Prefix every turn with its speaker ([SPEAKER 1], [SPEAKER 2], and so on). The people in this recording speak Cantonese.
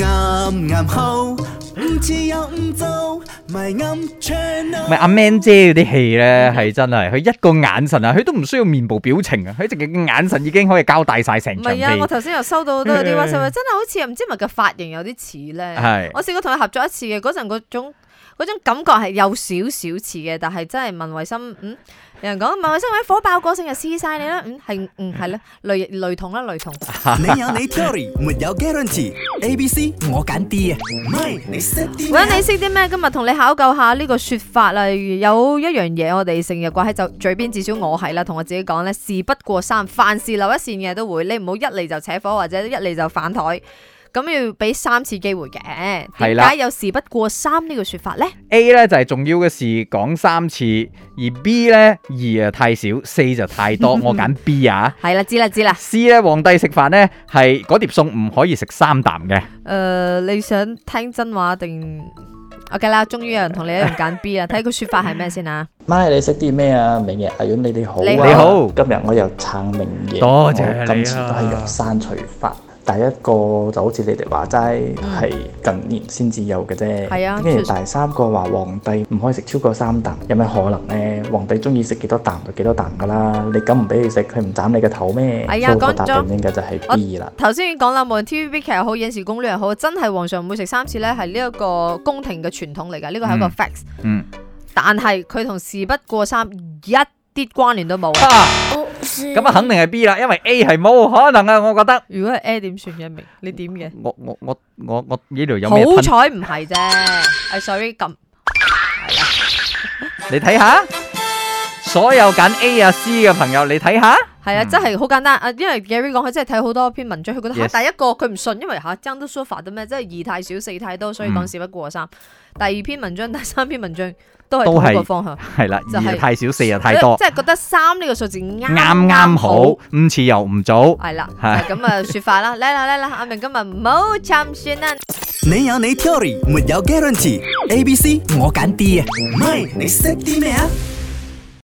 [SPEAKER 1] 啱啱好，唔似又唔做，咪啱 channel。
[SPEAKER 2] 咪阿 Man 姐嗰啲戲咧，係真係佢一個眼神啊，佢都唔需要面部表情啊，佢直嘅眼神已經可以交代晒成
[SPEAKER 3] 唔
[SPEAKER 2] 場
[SPEAKER 3] 係啊！我
[SPEAKER 2] 戲。
[SPEAKER 3] 頭先又收到好多嗰 啲 WhatsApp，真係好似唔知係咪個髮型有啲似咧
[SPEAKER 2] 係。
[SPEAKER 3] 我試過同佢合作一次嘅嗰陣，嗰種嗰種感覺係有少少似嘅，但係真係文慧心，嗯，有人講文慧心或者火爆個性就試晒你啦，嗯係，嗯係啦，雷雷同啦雷同，
[SPEAKER 1] 你有你 theory，沒有 guarantee。A、B、C 我揀 D 啊，唔係你識啲
[SPEAKER 3] 咁
[SPEAKER 1] 咩
[SPEAKER 3] 你識啲咩？今日同你考究下呢個說法啦。有一樣嘢我哋成日掛喺就嘴邊，至少我係啦，同我自己講咧，事不過三，凡事留一線嘅都會，你唔好一嚟就扯火，或者一嚟就反台。咁要俾三次機會嘅，
[SPEAKER 2] 係
[SPEAKER 3] 點
[SPEAKER 2] 啦
[SPEAKER 3] 解有事不過三呢個說法呢？
[SPEAKER 2] A 咧就係重要嘅事講三次，而 B 咧二啊太少，四就太 多，我揀 B 啊。
[SPEAKER 3] 係啦，知啦，知啦。
[SPEAKER 2] C 咧皇帝食飯咧係嗰碟餸唔可以食三啖嘅。
[SPEAKER 3] 誒、你想聽真話定？OK 啦，終於有人同你一樣揀 B 啦，睇個說法係咩先啊？
[SPEAKER 4] 媽，你識啲咩啊？明爺阿勇，你哋好啊！
[SPEAKER 3] 你好
[SPEAKER 2] 你好
[SPEAKER 4] 今日我又撐明爺，
[SPEAKER 2] 多謝你啊
[SPEAKER 4] 我今次都係入山除法。第一個就好似你哋話齋，係近年先至有嘅啫。
[SPEAKER 3] 係啊
[SPEAKER 4] 跟住
[SPEAKER 3] 確
[SPEAKER 4] 第三個話皇帝唔可以食超過三啖，有咩可能呢？皇帝中意食幾多啖就幾多啖㗎啦，你咁唔俾佢食，佢唔斬你個頭咩？
[SPEAKER 3] 哎呀
[SPEAKER 4] 所以個
[SPEAKER 3] 講
[SPEAKER 4] 答
[SPEAKER 3] 咗
[SPEAKER 4] 案應該就係 B 啦。
[SPEAKER 3] 頭先已經講啦，無論 TVB 劇又好，影視攻略又好，真係皇上每食三次呢，係呢一個宮廷嘅傳統嚟㗎，呢個係一個
[SPEAKER 2] 嗯
[SPEAKER 3] facts。
[SPEAKER 2] 嗯，
[SPEAKER 3] 但係佢同事不過三一啲關聯都冇啊！
[SPEAKER 2] 啊，咁啊肯定係 B 啦，因為 A 係冇可能啊，我覺得。
[SPEAKER 3] 如果係 A 點算一明？你點嘅？
[SPEAKER 2] 我我我我我呢度有
[SPEAKER 3] 好
[SPEAKER 2] 咩噴？
[SPEAKER 3] 彩唔係啫，係 sorry 咁
[SPEAKER 2] 你睇下，所有揀 A 啊 C 嘅朋友，你睇下。
[SPEAKER 3] 係啊，真係好簡單啊！因為 Gary 講佢真係睇好多篇文章，佢覺得
[SPEAKER 2] Yes
[SPEAKER 3] 嚇第一個佢唔信，因為嚇爭都 s o f a 得咩，即係二太少四太多，所以
[SPEAKER 2] 嗯
[SPEAKER 3] 講事不過三。第二篇文章、第三篇文章都係
[SPEAKER 2] 都係
[SPEAKER 3] 同一個方向，
[SPEAKER 2] 系啦，
[SPEAKER 3] 就
[SPEAKER 2] 二
[SPEAKER 3] 係
[SPEAKER 2] 啊太少，四啊太多
[SPEAKER 3] 即，係覺得三呢個數字啱
[SPEAKER 2] 啱啱好，五次又唔早。
[SPEAKER 3] 係啦，就係
[SPEAKER 2] 係
[SPEAKER 3] 咁啊説法啦，嚟啦嚟啦，阿明今日唔好參算啦。
[SPEAKER 1] 你有你 theory，沒有 guarantee。A、B、C 我揀 D 啊，唔係你識啲咩啊？